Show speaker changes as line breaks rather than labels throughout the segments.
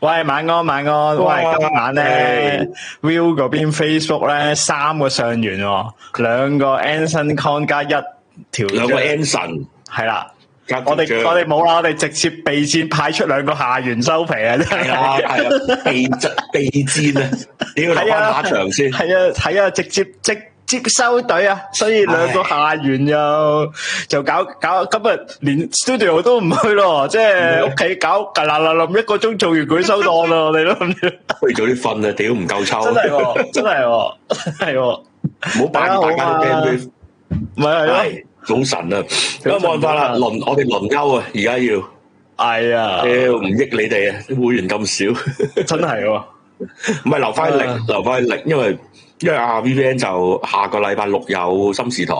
喂，晚安，晚安。喂，今晚咧，Will 嗰邊 Facebook 咧三個上元喎，兩個 Anson Con 加一條
兩
張
個 Anson
係啦。
加
我哋
條章
我哋冇啦，我哋直接備戰派出兩個下元收皮啊！真係
係啊 係啊，備戰備戰啊！你要留
係啊
翻打場先。
係啊，係啊，直接直接收隊啊！所以兩個下元又就搞搞，今日連 studio 都唔去咯，即係屋企搞嗱嗱臨一個鐘做完佢收檔啦，我哋都咁樣
不如早啲瞓啊！屌唔夠抽，
真係喎，真係喎，係喎，唔
唔好扮大
大家
家
好
都
啊
band 俾
咪係咯，
唉早晨啊！咁冇辦法啦，輪我哋輪休啊！而家要
係啊，
屌唔益你哋啊！啲會員咁少， 唔
真係喎，
係留翻力
啊，
留翻力，因為因為啊 VVN 就下個禮拜六有心事台，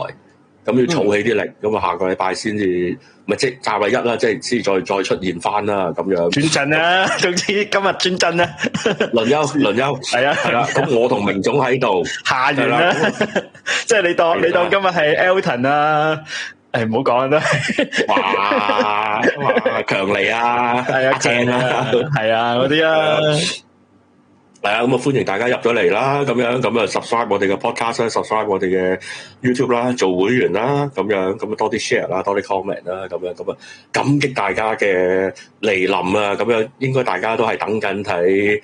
咁要儲起啲力，
嗯
咁啊下個禮拜先至，咪即係下禮一啦，即係先再再出現翻啦咁 樣。
轉陣啦，總之今日轉陣 啦，
輪休輪休
係啊，
係 啦，咁我同明總喺度。
下完啦， 即係你當你當今日係 Elton 啊，誒唔好講 啦，
哇哇強嚟啊，
係啊，
正啊，
係啊，嗰啲啊。
係啊，咁啊歡迎大家入咗嚟啦，咁樣咁啊 subscribe 我哋嘅 podcast 啦，subscribe 我哋嘅 YouTube 啦，做會員啦，咁樣咁啊多啲 share 啦，多啲 comment 啦，咁樣咁啊感激大家嘅嚟臨啊，咁樣應該大家都係等緊睇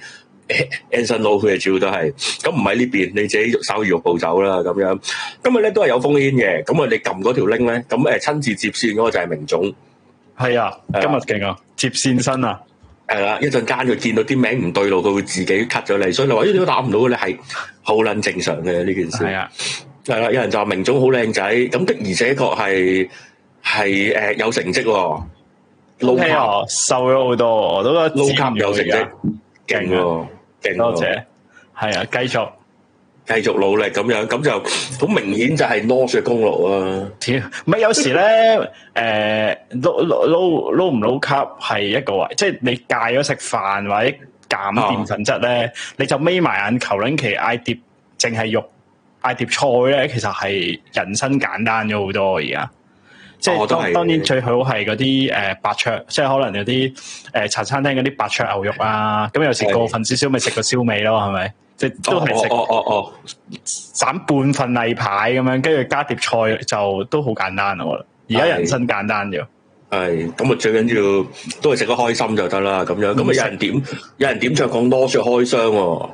Anson Lo 嘅，主要都係咁唔喺呢邊，你自己稍搖步走啦，咁樣今日咧都係有封煙嘅，咁啊你撳嗰條 link 咧，咁誒親自接線嗰個就係明總。
系啊，今
係
日
啊
勁啊，接線身啊，
係啦，一陣間佢見到啲名唔對路，佢會自己 cut 咗你，所以你話咦點解打唔到嘅咧？係好撚正常嘅呢件事。
係啊，
係啦，有人就話明總好靚仔，咁的而且確係係誒有成績喎
老
，low
皮
cap
我啊瘦咗好多，我都覺得
low
尖
cap
咗
有成
而
績
家，，
勁喎，勁喎
啊多謝，係啊，繼續，
繼續努力咁樣，咁就好明顯就係 North 嘅功勞啊！
屌，唔係有時咧，诶，撈撈撈撈唔撈級係一個位，即係你戒咗食飯或者減
哦
澱粉質咧，你就眯埋眼求撚其嗌碟，淨係肉嗌碟菜咧，其實係人生簡單咗好多而家。即係
哦我都
當
係
當然最好係嗰啲誒白灼，即係可能有啲誒茶餐廳嗰啲白灼牛肉啊，咁有時
係
過分少少咪食個燒味咯，係咪？即係都係
哦
食
哦哦哦，
斬半份例牌咁樣，跟住加碟菜就都好簡單我覺得而家
係
人生簡單咗，
係咁啊！最緊要都係食得開心就得啦，咁樣咁
唔
啊！
食
有人點有人點唱講 North 開箱喎。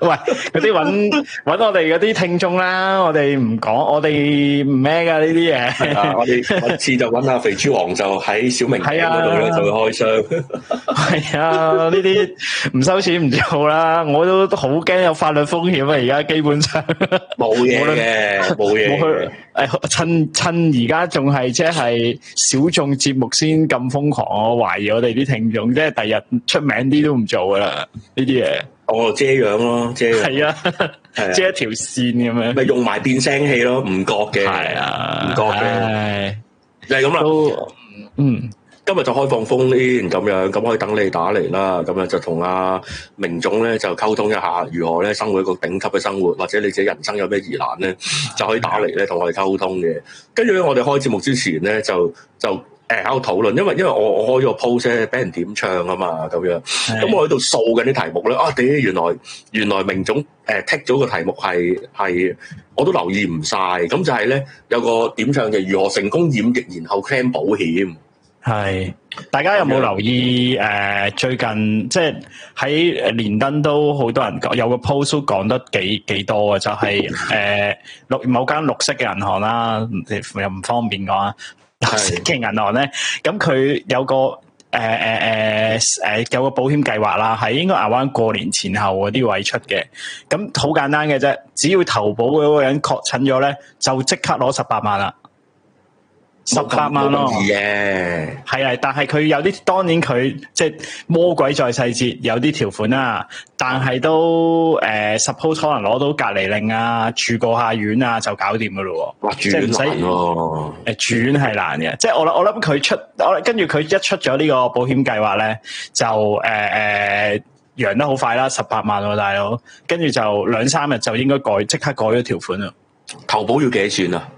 喂，嗰啲揾揾我哋嗰啲聽眾啦，我哋唔講，我哋唔咩噶呢啲嘢，
啊！我哋我次就揾阿肥豬王就喺小明
係
廳
啊
嗰度咧，就會開箱。
係啊，呢啲唔收錢唔做啦，我都好驚有法律風險啊，而家基本上。
冇嘢嘅，冇嘢
我
嘅
去。誒趁趁而家仲係即係小眾節目先咁瘋狂，我懷疑我哋啲聽眾即係第日出名啲都唔做噶啦呢啲嘢，
我哦遮樣咯，遮樣
係啊，
係啊
即係一條線咁樣，
咪用埋變聲器咯，唔覺嘅。
係，啊，
唔覺嘅
唉
就係咁啦。
都嗯
今日就開放封煙咁樣，咁可以等你打嚟啦。咁樣就同阿明總咧就溝通一下，如何咧生活一個頂級嘅生活，或者你自己人生有咩疑難咧，就可以打嚟咧同我哋溝通嘅。跟住咧，我哋開節目之前咧就就誒喺度討論，因為因為我我開咗個 post 咧，俾人點唱啊嘛，咁樣。咁
係
我喺度掃緊啲題目咧，啊屌！原來原來明總誒剔咗個題目係係我都留意唔晒。咁就係咧有個點唱嘅如何成功染疫然後 claim 保險，
係。大家有冇留意誒、最近即係喺連登都好多人講，有個 post 都講得幾幾多嘅，就 係誒綠某間綠色嘅銀行啦，唔又唔方便講啊。綠色嘅銀行咧，咁佢有個誒誒誒誒有個保險計劃啦，係應該亞灣過年前後嗰啲位出嘅。咁好簡單嘅啫，只要投保嗰個人確診咗咧，就即刻攞十八萬啦，十八萬咯
冇。咁易嘅，
係啊，但係佢有啲當然佢即係魔鬼在細節有啲條款啦，但係都誒、呃 suppose 可能攞到隔離令啊，住過下院啊就搞掂噶咯
哇住院
即係唔
難
使
喎，
喎。誒住院係難嘅，即係我諗我諗佢出，我諗跟住佢一出咗呢個保險計劃咧，就誒誒。呃揚得好快啦，十八萬喎、大佬，跟住就兩三日就應該改，即刻改咗條款啦，
投保要幾錢啊？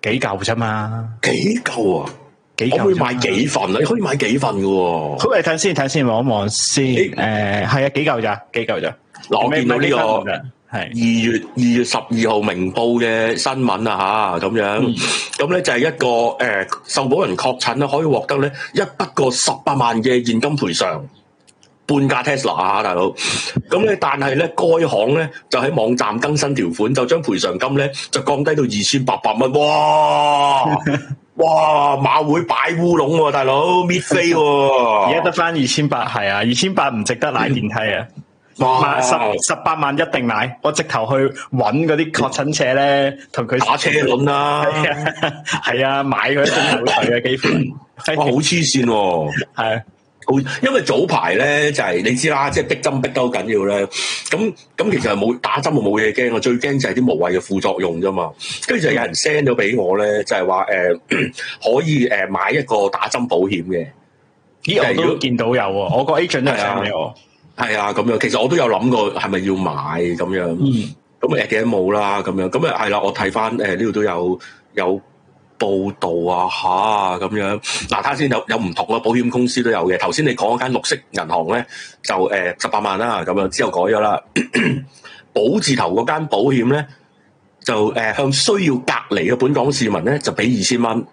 幾嚿啫嘛，
幾嚿啊？
幾
我
嚿
可以
咋
買幾份啊？你可以買幾份嘅喎。
好，誒，睇先，睇先，望一望先。誒
咦，
係啊，幾嚿咋？幾嚿咋？
嗱，我見到呢個
個係
二月二月十二號明報嘅新聞啊吓，咁樣
嗯
咁咧、就係一個誒、呃受保人確診咧，啊可以獲得咧一筆過十八萬嘅現金賠償。半價 Tesla 啊，大佬！咁咧，但係咧，該行咧就喺網站更新條款，就將賠償金咧就降低到二千八百蚊。 哇！哇！馬會擺烏龍喎，大佬搣飛喎！
而家得翻二千八，係啊，二千八唔值
嗯
得奶電梯啊！
哇
買十十八萬一定奶，我直頭去揾嗰啲確診者咧，同佢
打車輪啦、
係啊，係啊，買佢一定有佢嘅幾
哇！好
啊乎。
黐線喎！
係啊
好，因為早排咧就係、你知啦，即係逼針逼得好緊要咧。咁咁其實冇打針我冇嘢驚，我啊最驚就係啲無謂嘅副作用啫嘛。跟住就有人 send 咗俾我咧，就係話誒 可以誒、呃、買一個打針保險嘅，
咦，我都見到有喎，我個 agent 都有
係啊
send 俾我。
係啊咁樣。其實我都有諗過係咪要買咁樣。
嗯，
咁誒嘅冇啦，咁樣咁啊係啦，我睇翻誒呢度都有有報道啊吓，咁樣嗱，睇下先有有唔同嘅保險公司都有嘅。頭先你講嗰間綠色銀行咧，就誒十八萬啦，咁樣之後改咗啦。 保字頭嗰間保險咧，就誒、呃向需要隔離嘅本港市民咧，就俾二千蚊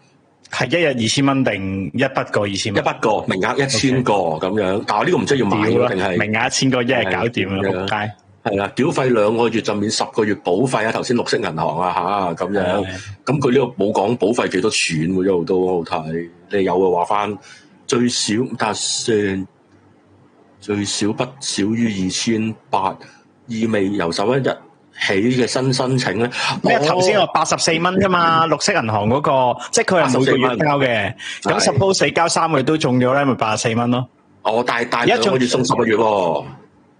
係一日二千蚊定一筆過二千
一
蚊？
筆個名額一千個咁樣，但係呢個唔知要買
嗯
啊
屌啦，
定係
名額一千個一日搞掂啦，
係啊
仆街！
係啦，繳費兩個月就免十個月保費啊！頭先綠色銀行啊吓，咁樣。咁佢呢個冇講保費幾多錢喎，一路都好睇。你有嘅話翻最少，但算最少不少於二千八，意味由十一日起嘅新申請咧。
咩？啊頭先我
哦
八十四蚊啫嘛，綠色銀行嗰個，即係佢係每個月交嘅。咁
係
suppose 你交三個月都中咗咧，咪八十四蚊咯。
哦，但係但
而家
係兩個月送十個月喎。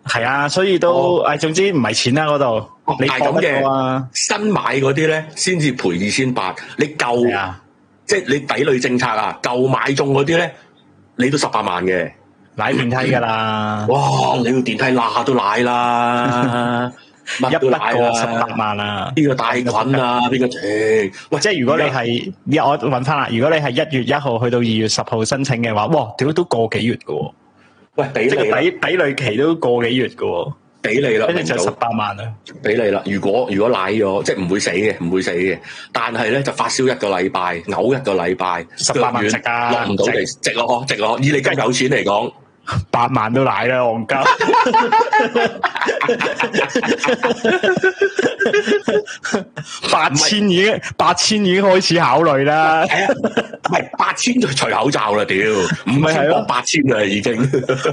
係啊，所以都誒，總之唔係錢啦嗰度
哦。
你
但係咁
講
嘅
得過啊？
新買嗰啲咧先至賠二千八，你
係
舊
啊，
即係你抵累政策啊，舊買中嗰啲咧，你都十八萬嘅。
奶電梯㗎啦，
哇！你個電梯罅都奶啦，
一
乜都
筆
奶
過十
啦
八。萬啦。
邊個帶菌啊？ 邊個誒？喂，
即係如果你係，而我揾翻啦。如果你係一月一號去到二月十號申請嘅話，哇，屌都個幾月嘅喎，
喂，俾
即係
你
個
啦，
抵抵累期都個幾月嘅喎，
俾你啦，
跟住
明
就十
到
八萬啦。
俾你啦。如果如果奶咗，即係唔會死嘅，唔會死嘅。但係咧就發燒一個禮拜，嘔一個禮拜，
18萬值啊
腳軟落唔到地，值咯，值咯。以你咁有錢嚟講，
八萬都奶啦，戇鳩。八千已經八千已經開始考慮啦，
係啊，唔係八千就除口罩 啦，屌，唔
咪係
係
咯
八千啦已經。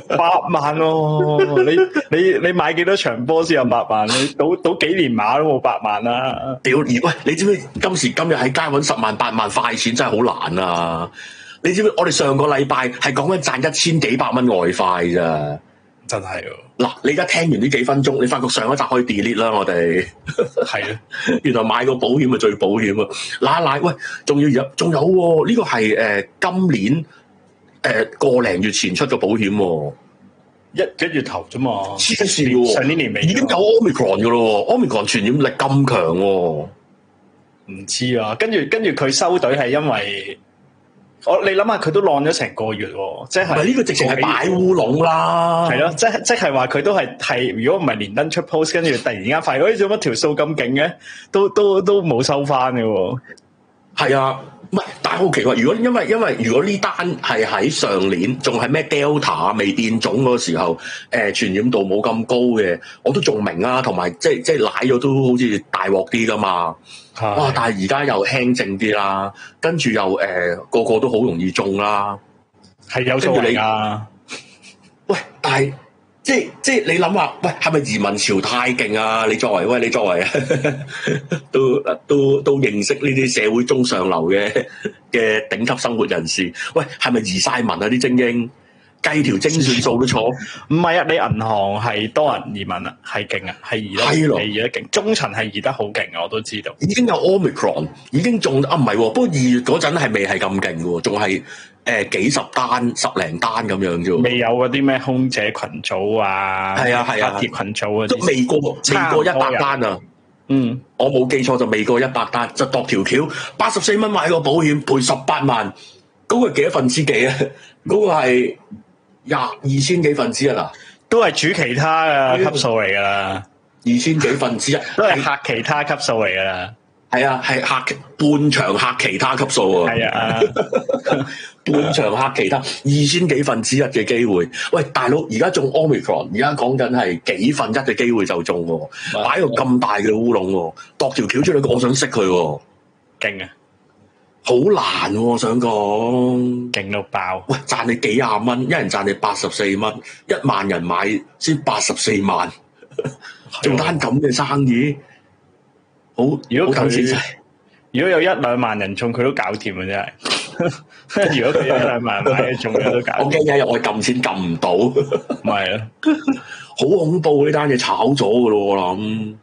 八萬喎、你你你買幾多場波先有八萬？你賭賭幾年馬都冇八萬啦、
屌，而喂，你知唔知今時今日喺街揾十萬八萬快錢真係好難啊！你知唔知我哋上個禮拜係講緊賺一千幾百蚊外快咋？
真係喎，
嗱，你而家聽完呢幾分鐘，你發覺上一集可以 delete 啦，我哋
係咯，
原來買個保險啊最保險啊，嗱嗱，喂，仲要入，仲有喎、呢、個係誒、呃今年誒、呃、個零月前出嘅保險喎、
一一月頭啫嘛，
黐線嘅喎
上年年尾
已經有 omicron 嘅咯喎，omicron 傳染力咁強喎、
唔知啊，跟住跟住佢收隊係因為我你諗下佢都晾咗成個月喎、即
唔係
係
呢個直情係擺
個幾
烏龍啦，
系咯，即係即係話佢都係係，如果唔係連登出 post，跟住突然間發現，哎，做乜條數咁勁嘅，都都都冇收翻嘅喎。
係啊，唔係，但係好奇怪。如果因為因為如果呢單係喺上年仲係咩 Delta 未變種嗰個時候，誒、傳染度冇咁高嘅，我都仲明啊。同埋即係即係奶咗都好似大鑊啲噶嘛。哇！但係而家又輕症啲啦，跟住又誒、呃、個個都好容易中啦。
係有數嚟噶，
喂，但係即係即係你諗下，喂，係咪移民潮太勁啊？你作為喂，你作為 都都都認識呢啲社會中上流嘅嘅頂級生活人士，喂，係咪移晒民啊？啲精英計條精算數都錯，
唔係啊！你銀行係多人移民啊，係勁啊，係移得
係咯
係移得勁，中層係移得好勁啊，我都知道。
已經有 omicron，已經中啊，唔係喎，不過二月嗰陣係未係咁勁嘅喎，仲係誒幾十單、十零單咁樣啫喎，
未有嗰啲咩空姐群組啊，
係啊係啊
貼群組啊
都
啲，
未過未過一百單啊！
嗯，
我冇記錯就未過一百單，就度條橋，八十四蚊買個保險賠十八萬，嗰個幾多分之幾啊？ 嗰個係廿二千幾分之一啊，
都係主其他嘅級數嚟噶啦，
二千幾分之一，
都係客其他級數嚟噶啦，
係啊，係客半場客其他級數啊，
係啊，
半場客其他二千幾分之一嘅機會。喂，大佬，而家中 omicron，而家講緊係幾分一嘅機會就中喎，擺個咁大嘅烏龍喎，度條橋出嚟，我想識佢喎，
勁啊，
好難喎、我想講。
勁到爆，
喂，賺你幾廿蚊，一人賺你八十四蚊，一萬人買先八十四萬，
啊
做單咁嘅生意，好，
如果
好等錢
佢如果有一兩萬人中，佢都搞掂啊！真係， 如果佢有一兩萬買中，佢都搞
我
掂，
驚有一日我撳錢撳唔到，
咪係咯。
好恐怖呢單嘢炒咗噶咯，我諗。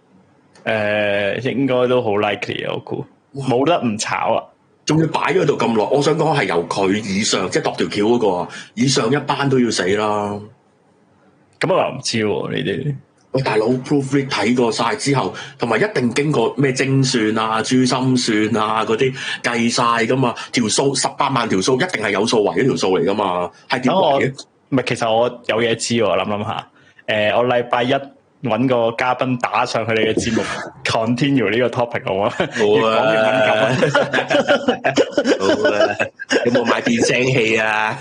诶、應應該都好 likely 啊，我估冇得唔炒啊！
仲要擺咗喺度咁耐，我想講係由佢以上，即係度條橋嗰個啊，以上一班都要死啦。
咁我又唔知喎呢啲，
喂，大佬 proof r e a 睇過晒之後，同埋一定經過咩精算啊、珠心算啊嗰啲計晒噶嘛，條數十八萬條數一定係有數圍嗰條數嚟噶嘛，係點圍嘅？
唔係其實我有嘢知喎，諗諗下。诶、我禮拜一揾個嘉賓打上去你嘅 節目 continue 呢個 topic 好唔好？ 越
冇
講越敏感啊！
好啊，有冇買變聲器啊？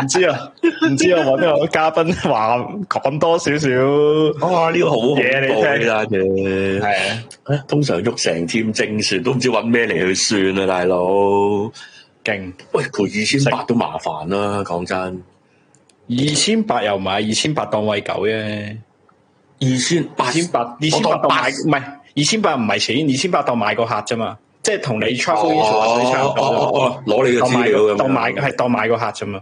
唔知 啊，唔知啊，揾個嘉賓 話講多少少係
哇，哦啊呢個好恐怖
嘢你聽
啦嘅。
啊，
通常喐成添精算，都唔知揾咩嚟去算啊，大佬。
勁
喂，賠二千八都麻煩啦，講真。
二千八又買，二千八當喂狗啫。
啊二千八
二千八，二千八當買唔係二千八唔係錢，二千八當買個客啫嘛，即係同你 travel insurance 差唔
哦哦
多啫嘛，
哦，攞你嘅
當
資
買
料咁
個
樣
當買係當買個客啫嘛，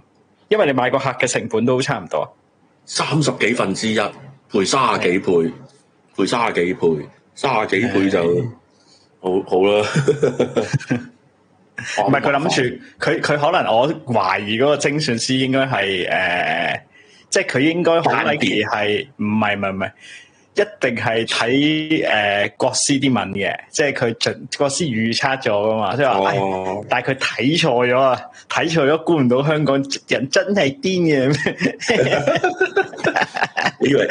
因為你買個客嘅成本都差唔多，
三十幾分之一，賠三十幾倍，賠三十幾倍，三十幾倍就好好啦。
唔
唔
係佢諗
哦
住佢佢可能我懷疑嗰個精算師應該係誒，即係佢應該好
單
l i
碟
係唔係唔係唔係。一定係睇誒國師啲文嘅，即係佢準國師預測咗噶嘛，即係話，哎
哦，
但係佢睇錯咗啊！睇錯咗，估唔到香港人真係癲 嘅，
你以為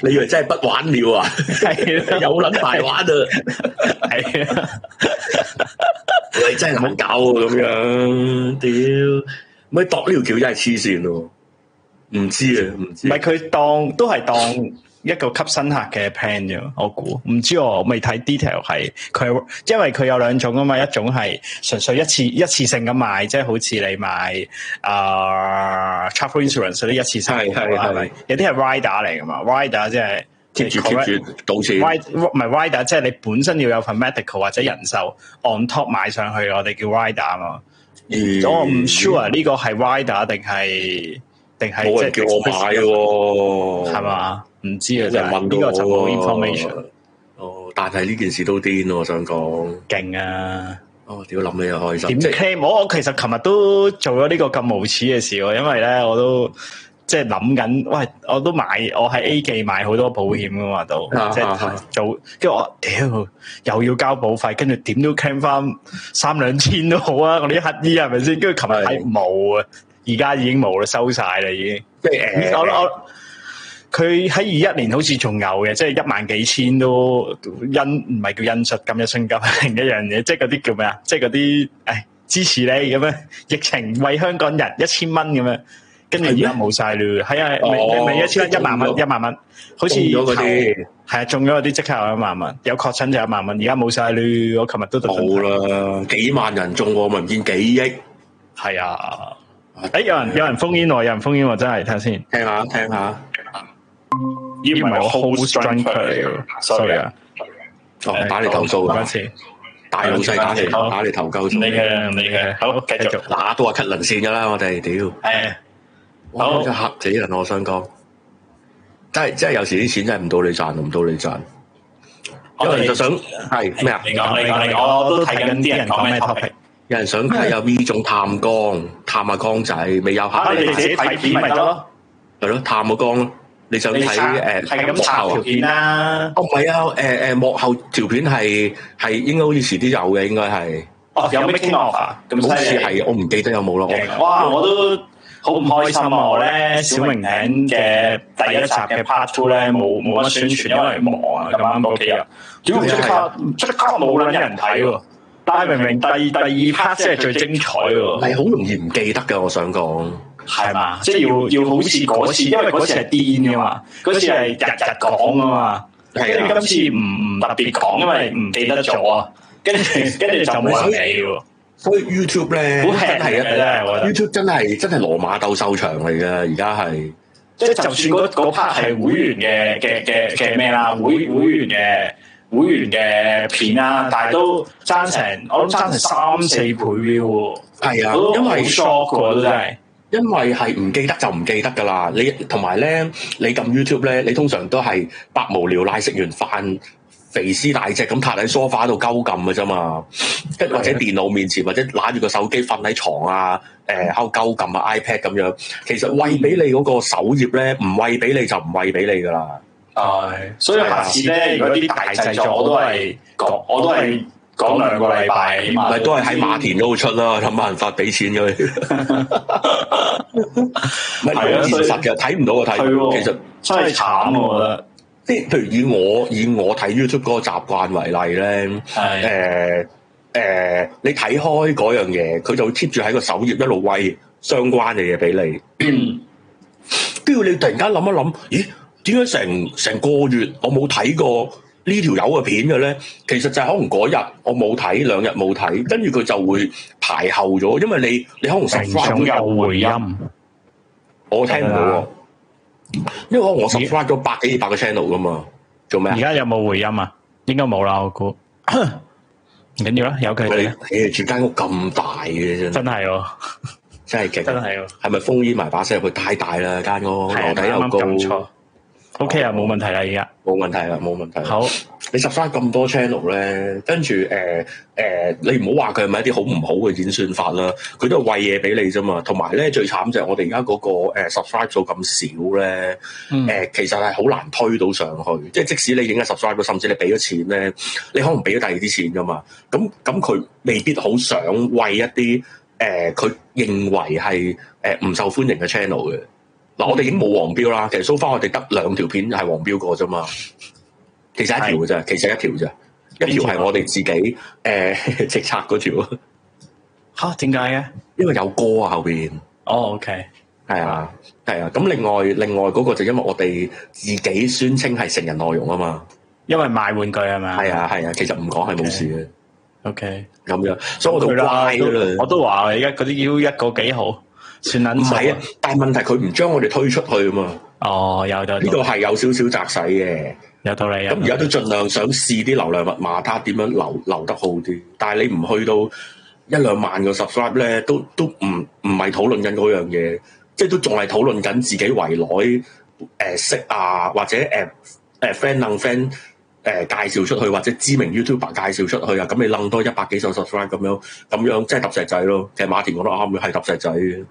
你以為真係不玩了啊？
係
有
啦，
撚大玩啊！
係啦，
你真係難搞喎咁樣，屌！咪度呢條橋真係黐線咯，唔知啊，唔
唔
知
係。佢當都係當一個吸新客嘅 plan 啫，我估唔知我未睇 detail 係佢，因為佢有兩種啊嘛，一種係純粹一次一次性咁買，即係好似你買啊、travel insurance 嗰啲一次性
係
嘅
係
嘛，
係
咪？有啲係 rider 嚟噶嘛，rider 即係
貼住
correct-
貼住賭錢，
ride 唔係 rider，即係你本身要有份 medical 或者人壽 on top 買上去，我哋叫 rider 啊嘛。
咦
我唔 sure 呢個係 rider 定係定係
冇人
即
叫
係
我買喎，
係？嘛？唔知啊，
有
真
人
係
問啊
呢
到
個就
我
冇
喎
information。
哦，但係呢件事都癲喎，我想講。
勁啊！
哦，屌諗你又開
點
心，即係
claim？我我其實琴日都做咗呢個咁無恥嘅事喎，因為咧我都即係諗緊，喂，我都買，我喺 A 記買好多保險噶嘛，都
啊
即
啊
係
啊
做，跟住我屌又要交保費，跟住點都 claim 翻三兩千都好啊！我啲乞衣係咪先？跟住琴日
係
睇冇啊，而家已經冇啦，收晒啦已經。
即係
我
誒，
我佢喺二一年好似仲有嘅，即係一萬幾千都因唔係叫因出金一薪金 另一樣嘢，即係嗰啲叫咩啊？即係嗰啲誒支持你咁樣，疫情為香港人一千蚊咁樣，跟住而家
係
冇晒啦，係啊，
哦
咪咪咪一千蚊
中
一萬蚊
咗
一萬蚊，好似
中咗嗰啲
頭係啊，中咗嗰啲即刻有一萬蚊，有確診就有一萬蚊，而家冇晒啦，我琴日都特登
冇啦，幾萬人中我咪唔見幾億。
睇，係啊，
啊
誒有人有人封煙我，有人封煙我，真係睇下先。
聽下聽下，
呢唔係我 host drunk 嚟
嚟
嘅，sorry 啊，
哦，打嚟投訴
哎唔
啊
關，事，
大老細打嚟
好
打嚟投鳩
你
訴，
嘅你嘅，好繼續，
嗱都話 cut 輪線㗎啦，我哋屌。
係
哇！
好
真係嚇死人，我想講，真係真係有時啲錢真係唔到你賺，唔到你賺。
我
有人
哋
就想係咩啊？
你講你講你講，我都睇緊啲人講咩 topic。
有人想睇有呢種探光，探下光仔，未有
啊
客
你哋自己睇片咪得咯，
係咯，探個光咯。你想
你
睇
插
誒
係咁插條片啦，
哦，唔係啊，誒、誒、幕後條片係係應該好似遲啲有嘅，應該係
哦，有 making of 啊，咁
好似
犀利。
係，我唔記得有冇啦。我
哇！我都好唔開心啊！我咧
小
小
明
明
頂
頂
嘅
嘅
第
第
一
一
集
集
嘅
嘅
part
Part
two
Two
咧
咧，
冇冇
冇冇
乜
乜
宣傳
宣傳，
因
因
為
為
忙
忙
啊
啊，
咁
咁
啱
啱
嗰
嗰
幾
幾
日
日。
屌
係
即刻
啊
即刻冇撚人睇喎，但係明明第第二 part 先係最精彩喎，
係好容易唔記得㗎，我想講。
係嘛？即係要要好似嗰次，因為嗰次係癲噶嘛，嗰次係日日講啊嘛，跟
係啊
住今次唔唔特別講，因為唔記得咗啊，跟住 跟住就冇人理喎，
所以 YouTube 咧，
好吃
真係
力
一
啊真係我覺得。
YouTube 真係真係羅馬鬥獸場嚟㗎，而家係。
即係就算嗰嗰 part 係會員嘅嘅嘅嘅咩啦，會會員嘅會員嘅片啦，但係都爭成我諗爭成三四倍 view 喎，
係啊
我，都
因
好
為
shock 喎，都真係。
因為係唔記得就唔記得㗎啦。你同埋咧，你撳 YouTube 咧，你通常都係百無聊賴食完飯，肥屍大隻咁趴喺 sofa 度鳩撳㗎啫嘛。跟或者電腦面前，或者揦住個手機瞓喺床啊，誒喺度鳩撳啊 iPad 咁樣。其實喂俾你嗰個首頁咧，唔喂俾你就唔喂俾你㗎啦。
係，所以下次咧，如果啲大製作，我都係講，我都係講兩個禮拜，起碼
咪都係喺馬田嗰度出啦，諗辦法俾 錢佢。唔係
係啊
好現
所以
實嘅，睇唔到啊睇
係
唔到。
喎
其實
真係慘喎，我覺得
即係譬如以我以我睇 YouTube 嗰個習慣為例咧，誒
係
誒、你睇開嗰樣嘢，佢就會 keep 住喺個首頁一路喂相關嘅嘢俾你。
嗯
跟住你突然間諗一諗，咦？點解成成個月我冇睇過呢條友嘅片嘅咧？其實就係可能嗰日我冇睇，兩日冇睇，跟住佢就會排後咗，因為你你可能十
成種有啊回音，
我聽唔到喎，因為我 subscribe 咗百幾二百個 channel 噶嘛，做咩啊
而？家有冇回音啊？應該冇啦，我 估。唔緊要啦，有佢
你
哋啦，
你住間屋咁大嘅真
真係喎，
真係
真
勁，啊
係喎。
係咪封煙埋把聲入去太大啦？間屋
係啊
樓底又
啱啱
高，
撳錯 O K 啊，冇問題啦，而家
冇問題啦，冇問題啦。
好
你 subscribe 咁多 channel 咧，跟住誒誒，你唔好話佢係咪一啲好唔好嘅演算法啦，佢都係喂嘢俾你啫嘛。同埋咧最慘就係我哋而家嗰個誒 subscribe 數咁少咧。誒、
嗯
呃其實係好難推到上去，即係即使你影咗 subscribe，甚至你俾咗錢咧，你可能俾咗第二啲錢噶嘛，咁咁佢未必好想為一啲誒佢認為係誒唔受歡迎嘅 channel 嘅。嗱，我哋已經冇黃標啦，其實 so far 我哋得兩條片係黃標過啫嘛，其實一條嘅啫，其實一條啫，一條啊係我哋自己誒、呃、 直拆嗰條，
吓，點解嘅？
因為有歌啊後邊。
哦，O K，
係啊，係啊，咁另外另外嗰個就因為我哋自己宣稱係成人內容啊嘛。
因為賣玩具係咪？
係啊係啊，其實唔講係冇事
，O K，
嘅，咁樣，所以我就啊乖
我都
啦。
我都話而家嗰啲 U 一個幾好，算
唔
撚
係
數
啊，但係問題佢唔將我哋推出去啊嘛，
哦，有道
呢
理
度，係有少少擲使嘅。
有道理啊。
咁而家都盡量想試啲流量密碼，睇下點樣留留得好啲。但係你唔去到一兩萬個 subscribe 咧，都都唔唔係討論緊嗰樣嘢，即係都仲係討論緊自己圍內誒識啊，或者誒誒、friend 楞 friend 誒介紹出去，或者知名 YouTuber 介紹出去啊。咁你楞多一百幾首 subscribe 咁樣，咁樣即係揼石仔咯。其實馬田講得啱嘅，係揼石仔嘅。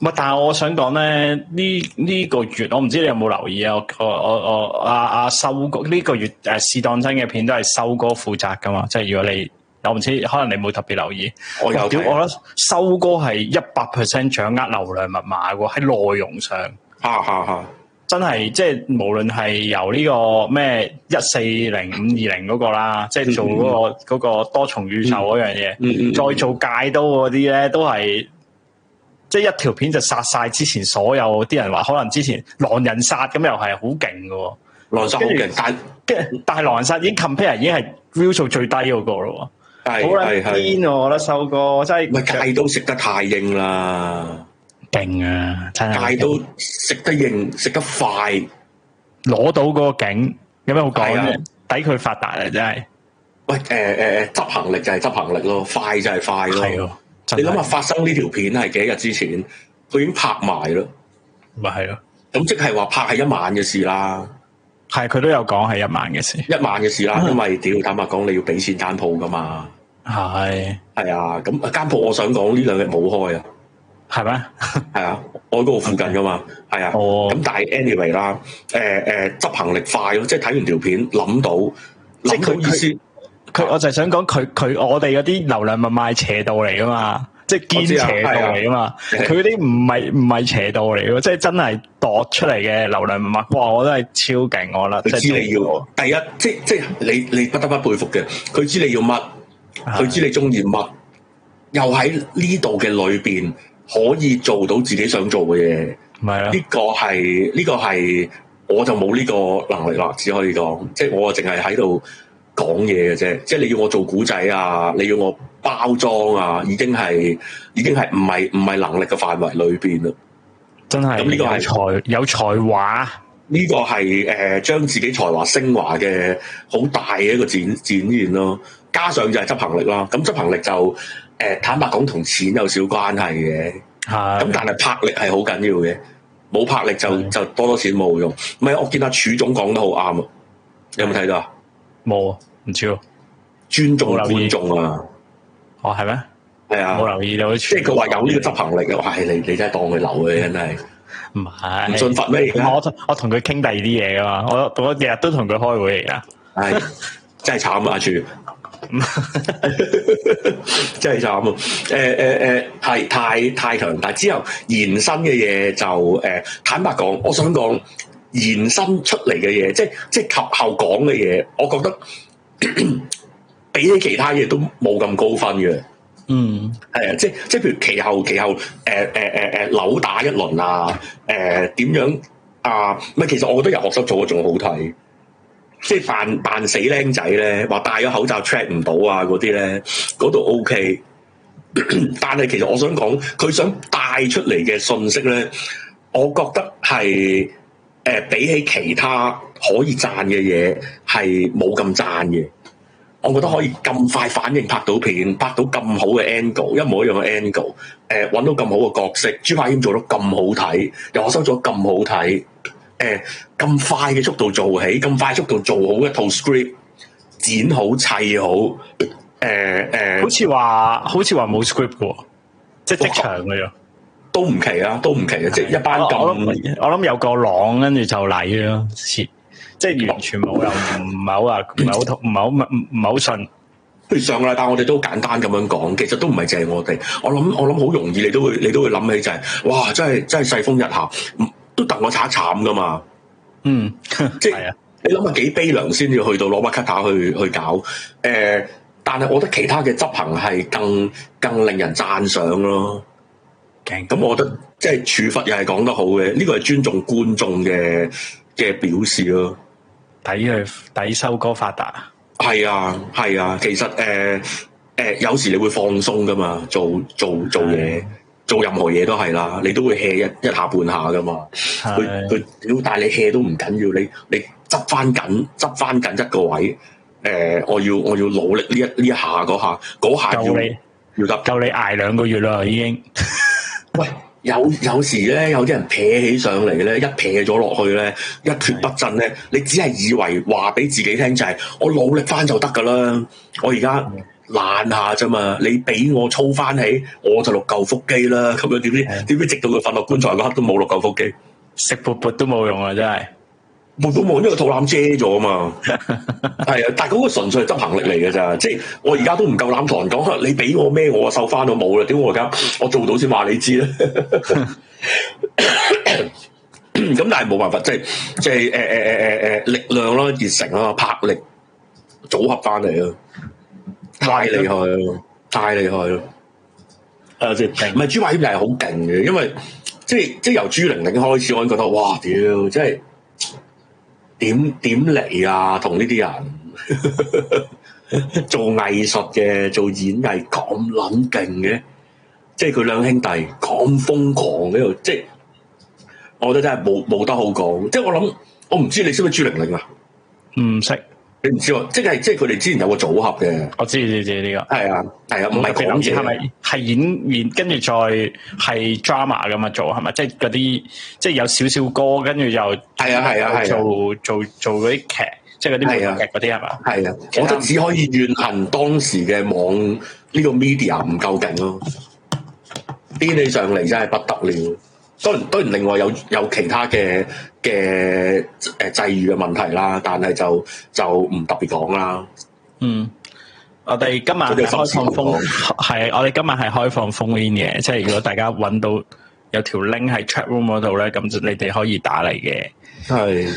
唔係，但係我想講咧，呢呢、個月我唔知你有冇留意啊？我我我我阿阿修哥呢、個月誒試當真嘅片都係修哥負責噶嘛，即係如果你我唔知，可能你冇特別留意。
我有
屌，
睇
我覺得修哥係一百 percent 掌握流量密碼喎，喺內容上。
哈哈哈，
真
嗯
係即係無論係由呢個咩一四零五二零嗰個啦，即係做嗰、個嗰、個多重宇宙嗰樣嘢，
嗯嗯，
再做戒刀嗰啲咧，都係即係一條片就殺晒之前所有啲人話，可能之前狼人殺咁又係好勁嘅喎，
浪心好勁，但
跟
嗯
住但係狼人殺已經 compare 已經係 view 數最低嗰個咯喎，
係
好撚
係係，
癲喎！我覺得收哥真
唔
係
係戒刀食得太硬啦。
勁啊，真係
戒到食得型，食得快，
攞到嗰個景，有咩好講
係啊
啫？抵佢發達啊！真係
喂誒誒誒，執行力就係執行力咯，快就係快
係
咯。
喎，真
你諗
係
下發生呢條片係幾日之前，佢已經拍埋咯，
咪係咯。
咁即係話拍係一晚嘅事啦，
系佢都有講係一晚嘅事，
一晚嘅事啦，
啊
因為屌坦白講，你要俾錢間鋪噶嘛，
係
係啊，咁啊間鋪我想講呢兩日冇開啊，
係咩？
係啊，我喺嗰度附近噶嘛，係啊，
哦
咁但係 anyway 啦，誒誒執行力快咯，即係睇完條片諗到，
即係
諗到
佢
意思，
佢我就係想講佢佢我哋嗰啲流量密碼係邪道嚟噶嘛，即係堅邪道嚟噶嘛。
係啊
佢嗰啲唔係唔係邪道嚟嘅，即係真係度出嚟嘅流量密碼。哇！我都係超勁，我啦，
佢知你要第一，即即你你不得不佩服嘅，佢知你要乜，佢知你中意乜，又喺呢度嘅裏邊可以做到自己想做嘅嘢。
唔係啦，
呢個係呢、個係我就冇呢個能力啦，只可以講，即係我淨係喺度講嘢嘅啫。即係你要我做古仔啊，你要我包裝啊，已經係已經係唔係唔係能力嘅範圍裏邊啦。
真係
咁呢個係
有才有才華。
呢個係誒、呃、將自己才華升華嘅好大嘅一個展展現咯，加上就係執行力啦。咁執行力就誒、呃坦白講同錢有少關係嘅，咁
係
但係魄力係好緊要嘅，冇魄力就
係
就多多錢冇用。唔係我見阿柱總講得好啱啊，你有冇睇到啊？
冇啊唔知喎，
尊重
冇留意
觀眾啊，
哦係咩？
係啊
冇，留意到，即
即係佢話有呢個執行力嘅，哇！你你真係當佢流嘅真係
唔
唔
係
信佛咩？而家
我同我同佢傾第二啲嘢噶嘛，我我日日都同佢開會嚟噶。
唉，真係慘啊！阿柱， 真係慘啊！誒誒誒，係呃太太強大之後延伸嘅嘢就誒、坦白講，我想講延伸出嚟嘅嘢，即係即係及後講嘅嘢，我覺得 比起其他嘢都冇咁高分嘅。
嗯，
係啊，即即譬如其後其後誒呃誒誒誒扭打一輪啊，誒、點樣啊？唔係，其實我覺得由學生做嘅仲好睇，即係扮扮死僆仔咧，話戴咗口罩 check 唔到啊嗰啲咧，嗰度 OK。但係其實我想講，佢想帶出嚟嘅信息咧，我覺得係誒、比起其他可以讚嘅嘢係冇咁讚嘅。我覺得可以咁快反應拍到片，拍到咁好嘅 angle，一模一樣嘅 angle，誒、揾到咁好嘅角色，朱柏謙做得咁好睇，又我收咗咁好睇，誒、呃咁快嘅速度做起，咁快速度做好一套 script，剪好砌好，呃誒、誒、
好似話好似話冇 script 嘅喎，即係即場嘅啫。
都唔奇啊，都唔奇啊，即係一班
我我
咁
諗我諗有個朗跟住就嚟咯，切即係完全冇又唔係好啊，唔係好 同唔係好唔唔係好順。
譬如上個禮拜我哋都好簡單咁樣講，其實都唔係淨係我哋，我諗我諗好容易你都會你都會諗起就係、哇！真係真係世風日下，唔都戥我慘慘噶嘛。
嗯，
即
係
係
啊
你諗下幾悲涼先至去到攞把 cutter 去去搞誒、呃但係我覺得其他嘅執行係更更令人讚賞咯。
勁
咁我覺得即係處罰又係講得好嘅，呢、個係尊重觀眾嘅嘅表示咯。
抵佢抵收歌發達。
係啊，係啊，其實誒誒、呃呃有時你會放鬆噶嘛，做做做嘢，做任何嘢都係啦，你都會 hea 一一下半下噶嘛。佢
係
佢屌，但係你 hea 都唔緊要，你你執翻緊，執翻緊一個位。誒、我要我要努力呢一呢一下嗰下，嗰下
夠
要
你
要得。
夠你捱兩個月啦，已經。
喂，有有時咧，有啲人撇起上嚟咧，一撇咗落去咧，一蹶不振咧，你只係以為話俾自己聽就係、我努力翻就得噶啦，我而家懶下啫嘛，你俾我操翻起，我就六嚿腹肌啦，咁樣點知
係
點知直到佢瞓落棺材嗰刻都冇六嚿腹肌，
食勃勃都冇用啊！真係，
冇都冇，因為肚腩遮咗啊嘛，係啊，但係嗰個純粹係執行力嚟嘅咋，即係我而家都唔夠膽同人講，你俾我咩我就瘦翻到冇啦，屌我而家我做到先話你知啦。咁但係冇辦法，即係即係誒誒誒誒誒力量啦、熱誠啦、啊魄力組合翻嚟咯，太厲害咯，太厲害啊咯！誒先，唔啊係朱柏謙又係好勁嘅，因為 即係即係由朱玲玲開始，我已經覺得哇屌，即係點點嚟啊！同呢啲人 做藝術嘅、做演藝咁撚勁嘅，即係佢兩兄弟咁瘋狂嘅度，即係我覺得真係冇冇得好講。即係我諗，我唔知你識唔識朱玲玲啊？
唔識。
你唔知喎，即係即係佢哋之前有個組合嘅，
我知知知呢個。
係啊係啊，唔係
特別留
講
意
嘢
係咪係演演，跟住再係 drama 咁嘛做啊係咪？即係嗰啲即係有少少歌，跟住又
係啊係啊係啊
做做做嗰啲劇，即係嗰啲舞
係
台
啊
劇嗰啲係嘛？
係啊，我覺得只可以怨恨當時嘅網呢、個 media 唔夠勁咯，癲起上嚟真係不得了。當然當然，另外有有其他嘅嘅誒際遇嘅問題啦，但係就就唔特別講啦。
嗯，我哋今晚係開放封係我哋今晚係開放封 in 嘅，即係如果大家揾到有條 link 喺 chat room 嗰度咧，咁就你哋可以打嚟嘅。
系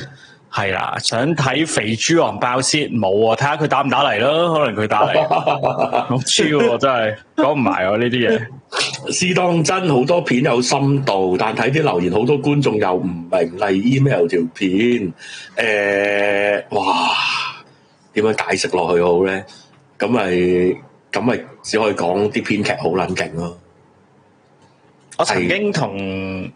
係啦，想睇肥豬王爆先冇啊？睇下佢打唔打嚟咯，可能佢打嚟。好超喎，真係講唔埋喎呢啲嘢。
是當真好多片有深度，但睇啲留言好多觀眾又唔明，例 email 條片，诶、哇，點樣解釋落去好咧？咁咪咁咪只可以講啲編劇好撚勁咯。
我曾經同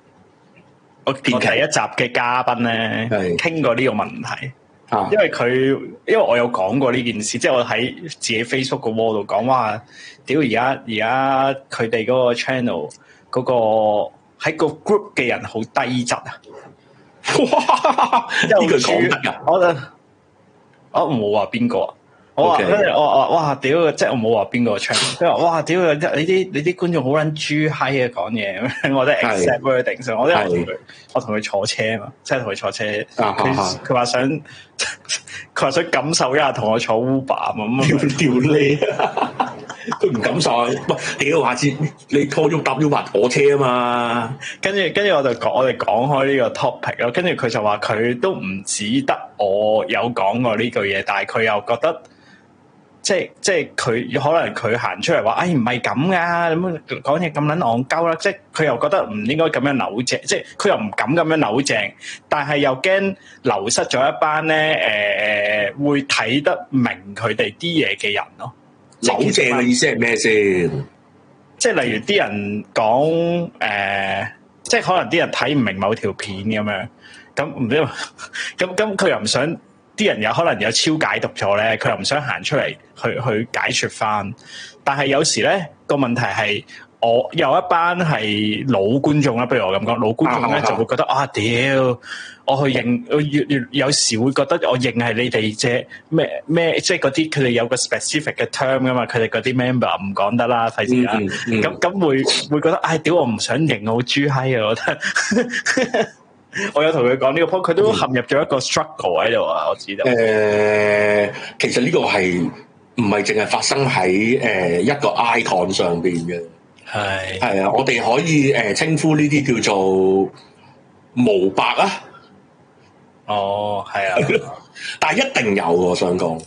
我我第一集嘅嘉賓咧
係
傾過呢個問題，
啊
因為佢因為我有講過呢件事，即係我喺自己 Facebook 個 wall 度講話，屌而家而家佢哋嗰個 channel 嗰、個喺個 group 嘅人好低質啊！
哇！ 呢句講得噶，
我就我冇話邊個啊。我話
OK
跟住我話哇屌，即係我冇話邊 個 channel，佢話哇屌，你啲你啲觀眾好撚豬閪啊講嘢 咁樣，我都 accept wording 上，我都係同佢我同佢坐車嘛，即係同佢坐車，
啊
佢
啊啊
佢話想 佢話想感受一下同我坐 Uber 啊嘛
屌
咁啊，
屌你！ 佢唔敢晒，喂！屌，下次你拖咗搭 U 八我車啊嘛，
跟住跟住我就講我哋講開呢個 topic 咯，跟住佢就話佢都唔止得我有講過呢句嘢，但係佢又覺得。即係即係佢可能佢行出嚟話，哎唔係咁噶，咁講嘢咁撚戇鳩啦，即係佢又覺得唔應該咁樣扭正，即係佢又唔敢咁樣扭正，但係又驚流失咗一班咧誒誒會睇得明佢哋啲嘢嘅人咯。即係
扭
其
正
實
嘅意思係咩先？
即係例如啲人講誒、呃即係可能啲人睇唔明某條片咁樣，咁唔知 咁咁佢又唔想啲人有可能有超解讀咗咧，佢又唔想行出嚟去去解説翻。但係有時咧個問題係。我有一班係老觀眾啦，譬如我咁講，老觀眾
啊
咧
啊啊
就會覺得啊屌，我去認，我越越有時會覺得我認係你哋啫咩咩，即係嗰啲佢哋有個 specific 嘅 term 噶嘛，佢哋嗰啲 member 唔講得啦，費事啦。
嗯嗯
咁咁會會覺得，唉，屌我唔想認，我好豬閪啊！我覺得， 我有同佢講呢個 point，佢都
嗯
陷入咗一個 struggle 喺度啊！我知道，
誒，呃其實呢個係唔係淨係發生喺誒、呃一個 icon 上邊嘅？
係
係啊，我哋可以誒、稱呼呢啲叫做毛白啊，
哦，係啊，
但係一定有喎我想講，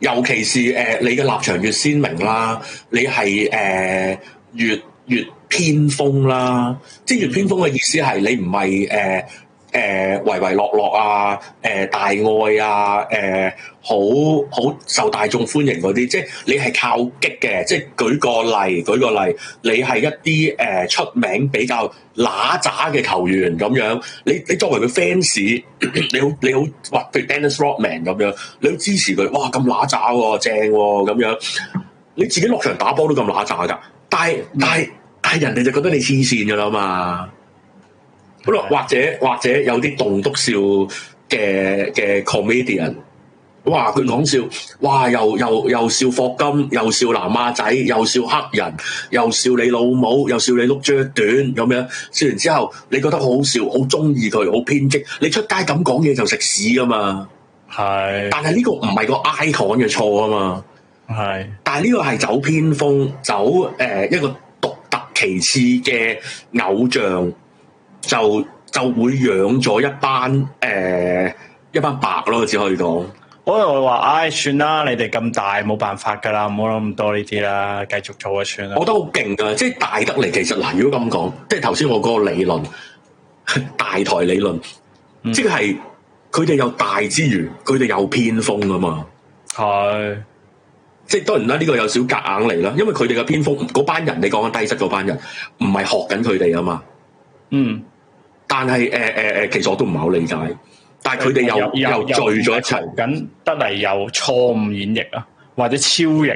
尤其是誒、你嘅立場越鮮明啦，你係誒、呃越越偏鋒啦，即係越偏鋒嘅意思係你唔係誒誒唯唯諾諾啊，誒、大愛啊，誒、好好受大眾歡迎嗰啲，即係你係靠激嘅，即係舉個例，舉個例，你係一啲誒、呃出名比較乸渣嘅球員咁樣，你你作為佢 fans，你 好你好，哇，譬如 Dennis Rodman 咁樣，你好支持佢，哇咁乸渣喎，正喎咁樣，你自己落場打波都咁乸渣㗎，但係但係但係人哋就覺得你黐線㗎啦嘛。好啦，或者或者有啲棟篤笑嘅嘅 comedian，哇！佢講笑，哇！又又又笑霍金，又笑南亞仔，又笑黑人，又笑你老母，又笑你碌雀短咁樣。笑完之後，你覺得好好笑，好中意佢，好偏激。你出街咁講嘢就食屎噶嘛。
係
但係呢個唔係個 icon 嘅錯啊嘛。
係
但係呢個係走偏鋒，走誒、呃一個獨特其次嘅偶像，就就會養咗一班誒、呃一班白咯，只可以講。
我又話，唉，算啦，你哋咁大冇辦法㗎啦，唔好諗咁多呢啲啦，繼續做啊算啦
我。覺得好勁㗎，即係大得嚟。其實嗱，如果咁講，即係頭先我嗰個理論， 大台理論，
嗯
即係佢哋有大之餘，佢哋有偏鋒啊嘛。
係
即係當然啦，呢、個有少夾硬嚟啦，因為佢哋嘅偏鋒嗰班人，你講緊低質嗰班人，唔係學緊佢哋啊嘛。
嗯，
但係誒誒誒，其實我都唔係好理解。但係佢哋又又聚咗一齊，
緊得嚟又錯誤演繹啊，或者超型，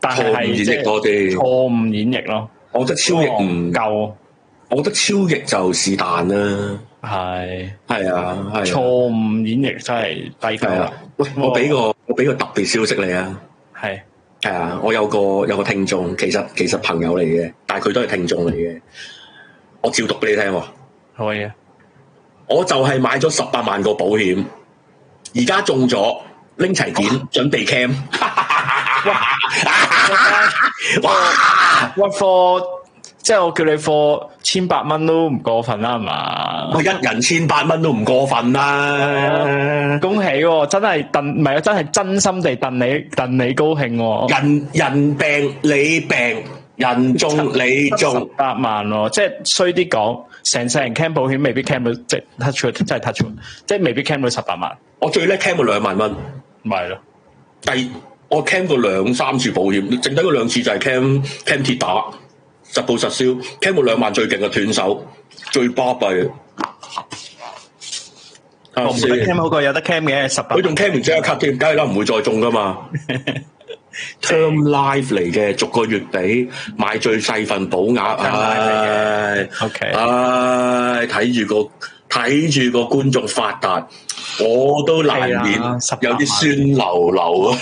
但
錯
係
誤
係
演
即
繹
係
多
錯
啲。
誤演繹咯，
我覺得超譯唔
唔
夠，
夠
我覺得超譯就是但啦。
係。
係啊，係
錯
啊，
誤演繹真係低級
係
啦
啊，。喂，我俾個我俾個特別消息你啊！
係
係啊，我有個有個聽眾，其實其實朋友嚟嘅，但係佢都係聽眾嚟嘅。我照讀俾你聽喎，
可以啊，
我就係買咗十八萬 個保險，而家中咗，拎齊件準備 cam。
喂貨，即係我叫你貨千八蚊都唔過分啦，係嘛？
我一人千八蚊都唔過分啦。
恭喜喎、真係戥唔係啊，真係真心地戥你戥你高興喎、
人人病你病，人中你中，
八萬喎、即係衰啲講，成世人 cam 保險未必 cam 到，即係 touch wood，真係 touch wood，即係未必 cam 到十八萬，
我最叻 cam 過兩萬蚊，
咪係咯。
第我 cam 過兩三次保險，剩低嗰兩次就係 cam cam 鐵打，實報實銷，cam 過兩萬最勁嘅斷手，最巴閉。係
我
咪
唔得
先
cam 好過有得 cam 嘅十八
佢。仲 cam 完即刻 cut 添，梗係啦，唔會再中 噶嘛。Term life 嚟嘅，逐個月俾買最細份保額，
Term life 嚟
唉、
O K，
唉，睇住個睇住個觀眾發達，我都難免
係啊18
有啲酸流流啊！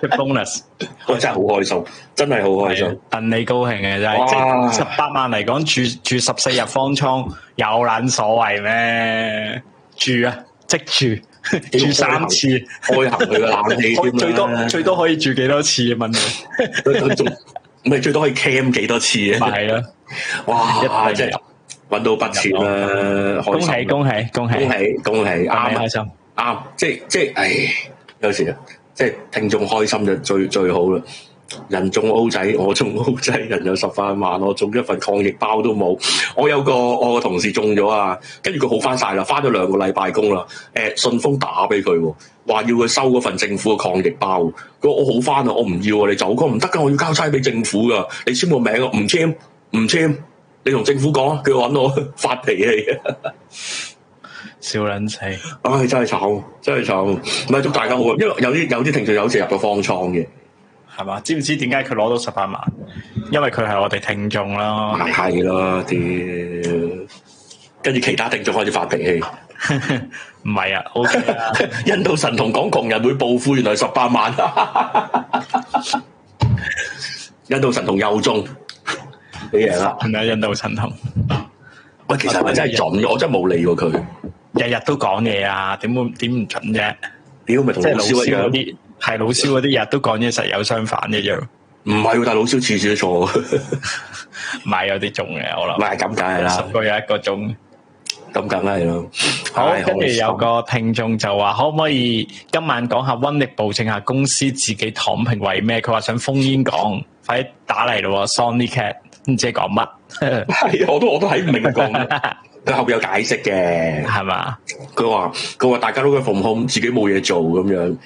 即 bonus，
我真係好開心，真係啊好開心。
戥你高興嘅真係，
哇
即係十八萬嚟講住住十四日方艙有撚所謂咩？住啊，即住，住三次，
開行佢個冷氣添啦
最多 最多可以住幾多次啊？問你
佢仲唔係最多可以 cam 幾多次
咪
啊？
係咯，
哇！
一定
真係揾到筆錢啦，
恭
開心啊
喜恭喜恭喜，
恭
戥
喜恭喜，啱
你
啊
開心，
啱，即係即係，唉，有時啊，即係聽眾開心就最最好啦。人中 O 仔，我中 O 仔，人有十萬萬，我中一份抗疫包都冇。我有個我個同事中咗啊，跟住佢好翻晒啦，翻咗兩個禮拜工啦。誒、順豐打俾佢喎，話要佢收嗰份政府嘅抗疫包。佢話我好翻啦，我唔要啊，你走。佢話唔得㗎，我要交差俾政府㗎，你簽個名啊，唔簽唔簽，你同政府講啊，佢揾我 發脾氣啊。
笑撚死。
唉，真係慘，真係慘。唔係祝大家好，啊因為有啲有啲聽眾有時入咗方艙嘅，
係嘛？知唔知點解佢攞到十八萬？因為佢係我哋聽眾啦。
係啦，屌！跟住其他聽眾開始發脾氣，
唔係啊，OK 啊，
印度神童講窮人會暴富，原來十八萬。 印度神童又中，你贏啦！
係咪啊印度神童？
喂，其實係咪真係準嘅？我真係冇理過佢。
日日都講嘢啊，點會點唔準啫？
屌，咪同
即係
老
老
蕭
蕭
一
嗰
樣？
啲，係老蕭嗰啲日日都講嘢，實有相反一樣。
唔係喎，但係老蕭次次都錯，
唔係有啲中嘅，我
唔
諗
係啊咁梗係啦
十，個有一個中。
咁梗係啦。
好，
唉
跟住
開心
有個聽眾就話，可唔可以今晚講下温力暴政下公司自己躺平為咩？佢話想封煙講，快啲打嚟咯喎，Sony Cat 唔知講乜
係，我都我都睇唔明佢講咩。佢後邊有解釋嘅，
係嘛？
佢話佢話大家都嘅 from home，自己冇嘢做咁樣，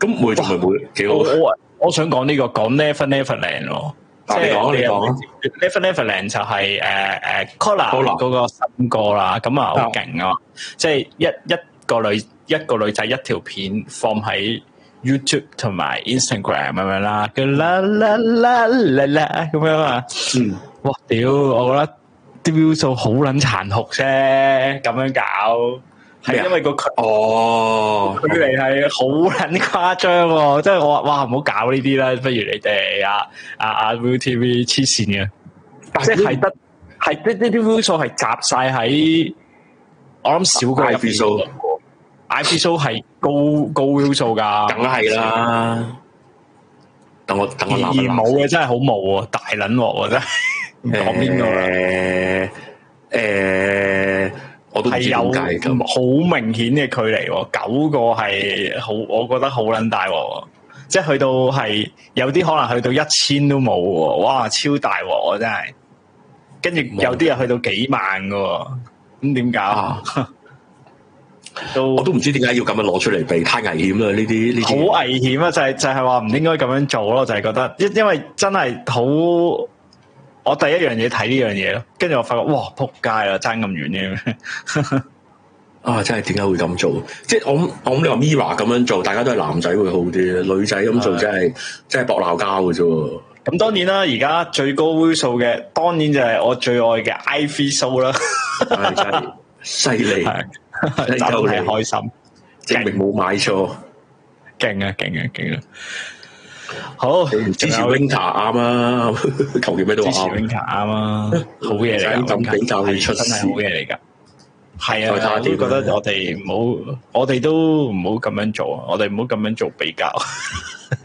咁每做咪每幾好
我。我我想講呢、個講 Never Neverland 咯，
啊你講啊你講啊
Never Neverland 就係誒誒 Cola
Cola
嗰個新歌啦，咁啊好勁啊，即係一一個女一個女仔一條片放喺 YouTube 同埋 Instagram 咁樣啦，跟住啦啦啦啦啦咁樣啊，
嗯，
哇屌！我覺得啲 view 數好撚殘酷啫，咁樣搞
咩啊
係因為個距
哦，
距離係好撚誇張喎，即係我話哇唔好搞呢啲啦，不如你哋啊啊啊 ViuTV 黐線嘅，
但
即係得係呢呢啲 view 數係集晒喺我諗少過
I P 數
i p 數係高高 view 數㗎，
梗係啦。等我等
而
我
而
諗一諗
冇嘅真係好冇喎，大撚鑊喎真係唔講邊個啦，
誒誒，我都唔
係
知
有
點解咁。
好明顯嘅距離喎，九個係好，我覺得好撚大鑊喎，即係去到係有啲可能去到一千都冇喎，哇超大鑊喎真係，跟住有啲係去到幾萬嘅喎，咁點搞
啊？
都
我都唔知點解要咁樣攞出嚟避，太危險啦！呢啲呢
好
啲
危險啊！就係、就係話唔應該咁樣做咯，就係、覺得因因為真係好，我第一樣嘢睇呢樣嘢咯，跟住我發覺哇撲街啦，爭咁遠嘅。
啊，真係點解會咁做？即係我諗我諗你話 Mira 咁樣做，大家都係男仔會好啲，女仔咁做
係
真係真係搏鬧交嘅啫喎。
咁當然啦，而家最高 view 數嘅，當然就係我最愛嘅 Ivy 數啦，
唉真係犀利，
係
真
真係開心，
證明冇買錯。
勁啊勁啊勁啊！好，
支持
仲有
Winter 啱啊， 求其咩都
支持
啱。
Winter 啱啊，好嘢嚟
唔使
噶，
咁比較會
Winter，
出
係真係
事
好嘢嚟噶。系啊，
再差
我都
啲
覺得我哋唔好，我哋都唔好咁樣做，啊！我哋唔好咁樣做比較，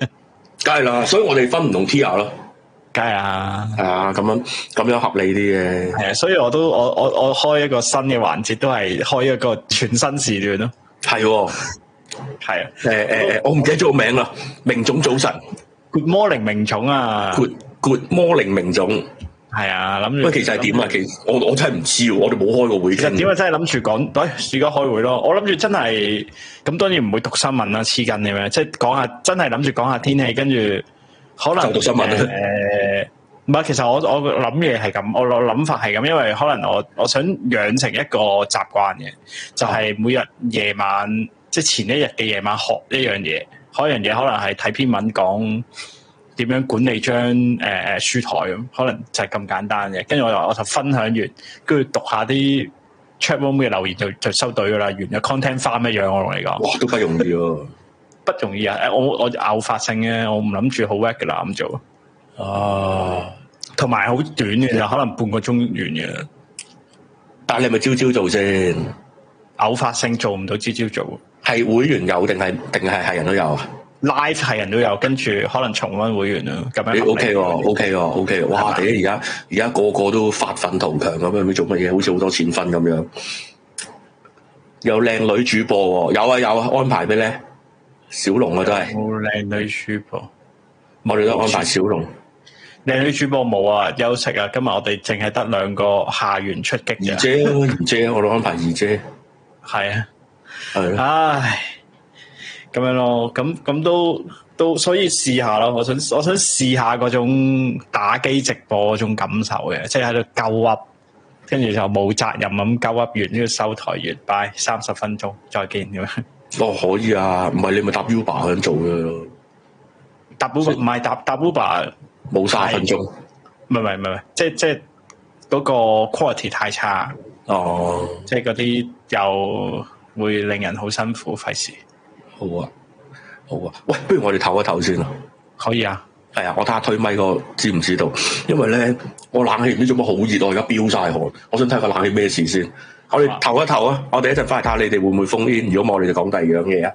梗係啦，所以我哋分唔同 tier 咯，
梗係啊。
係啊，咁樣咁樣合理啲嘅。
系啊，所以我都我我我开一個新嘅環節，都係開一個全新時段咯。
係喎，
係啊
誒誒誒，我唔記得咗個名啦，明總早晨
，Good morning 名種啊，
，Good Good morning 明總。
係啊，諗住
喂，其實係點啊？？其實我我真係唔知喎，我哋冇開過會
其實
傾。
點啊？真係諗住講，喂，暑假開會咯。我諗住真係咁，當然唔會讀新聞啦，黐筋嘅咩？即係講下，真係諗住講下天氣，跟住可能
就讀新聞啦
誒唔係，其實我我諗嘢係咁，我我諗法係咁，因為可能我我想養成一個習慣嘅，就係、
哦
每日夜晚，即係前一日嘅夜晚學一樣嘢，學一樣嘢可能係睇篇文講點樣管理張誒誒書台咁，可能就係咁簡單嘅。跟住我就我就分享完，跟住讀下啲 chat room 嘅留言就就收隊噶啦，完咗 content farm 一樣，我同你講。
哇，都不容易喎。
不容易啊！誒我我偶發性嘅，我唔諗住好 work 嘅啦咁做，
啊！
同埋好短嘅就可能半個鐘完嘅。
但係你係咪朝朝做先？
偶發性做唔到朝朝做
係會員有定係定係係人都有啊？
，live 係人都有，跟住可能重温會員啊咯，咁樣合
你
理。
OK 喎，OK 喎，OK 喎！哇，
係
屌！而家而家個個都發奮圖強咁樣，唔知做乜嘢，好似好多錢分咁樣。有靚女主播喎，有啊有啊，安排咩咧？小龍啊，都係
冇靚女主播，
我哋都安排小龍。
靚女主播冇啊，休息啊！今日我哋淨係得兩個下員出擊
二
啫，
姐咯，二姐，我哋安排二姐，
係啊，
係咯。
唉，咁樣咯，咁咁都都，所以試下咯。我想我想試下嗰種打機直播嗰種感受嘅，即係喺度鳩 up，跟住就冇責任咁鳩 up 完，呢個收台完，拜三十分鐘再見咁樣。
哦，可以啊，唔係你咪搭 Uber 咁做嘅，
搭 Uber 唔係搭搭 Uber，
冇三十分鐘。
唔係唔係唔係，即係即係嗰個 quality 太差，
哦，
即係嗰啲又會令人好辛苦，費事。
好啊，好啊。喂，不如我哋唞一唞先啊。
可以啊，
係啊，我睇下推咪個知唔知道？因為咧，我冷氣唔知做乜好熱，我而家飆晒汗。我想睇下個冷氣咩事先。我哋唞一唞啊！我哋一陣翻嚟睇下你哋會唔會封煙。如果冇，我哋就講第二樣嘢啊。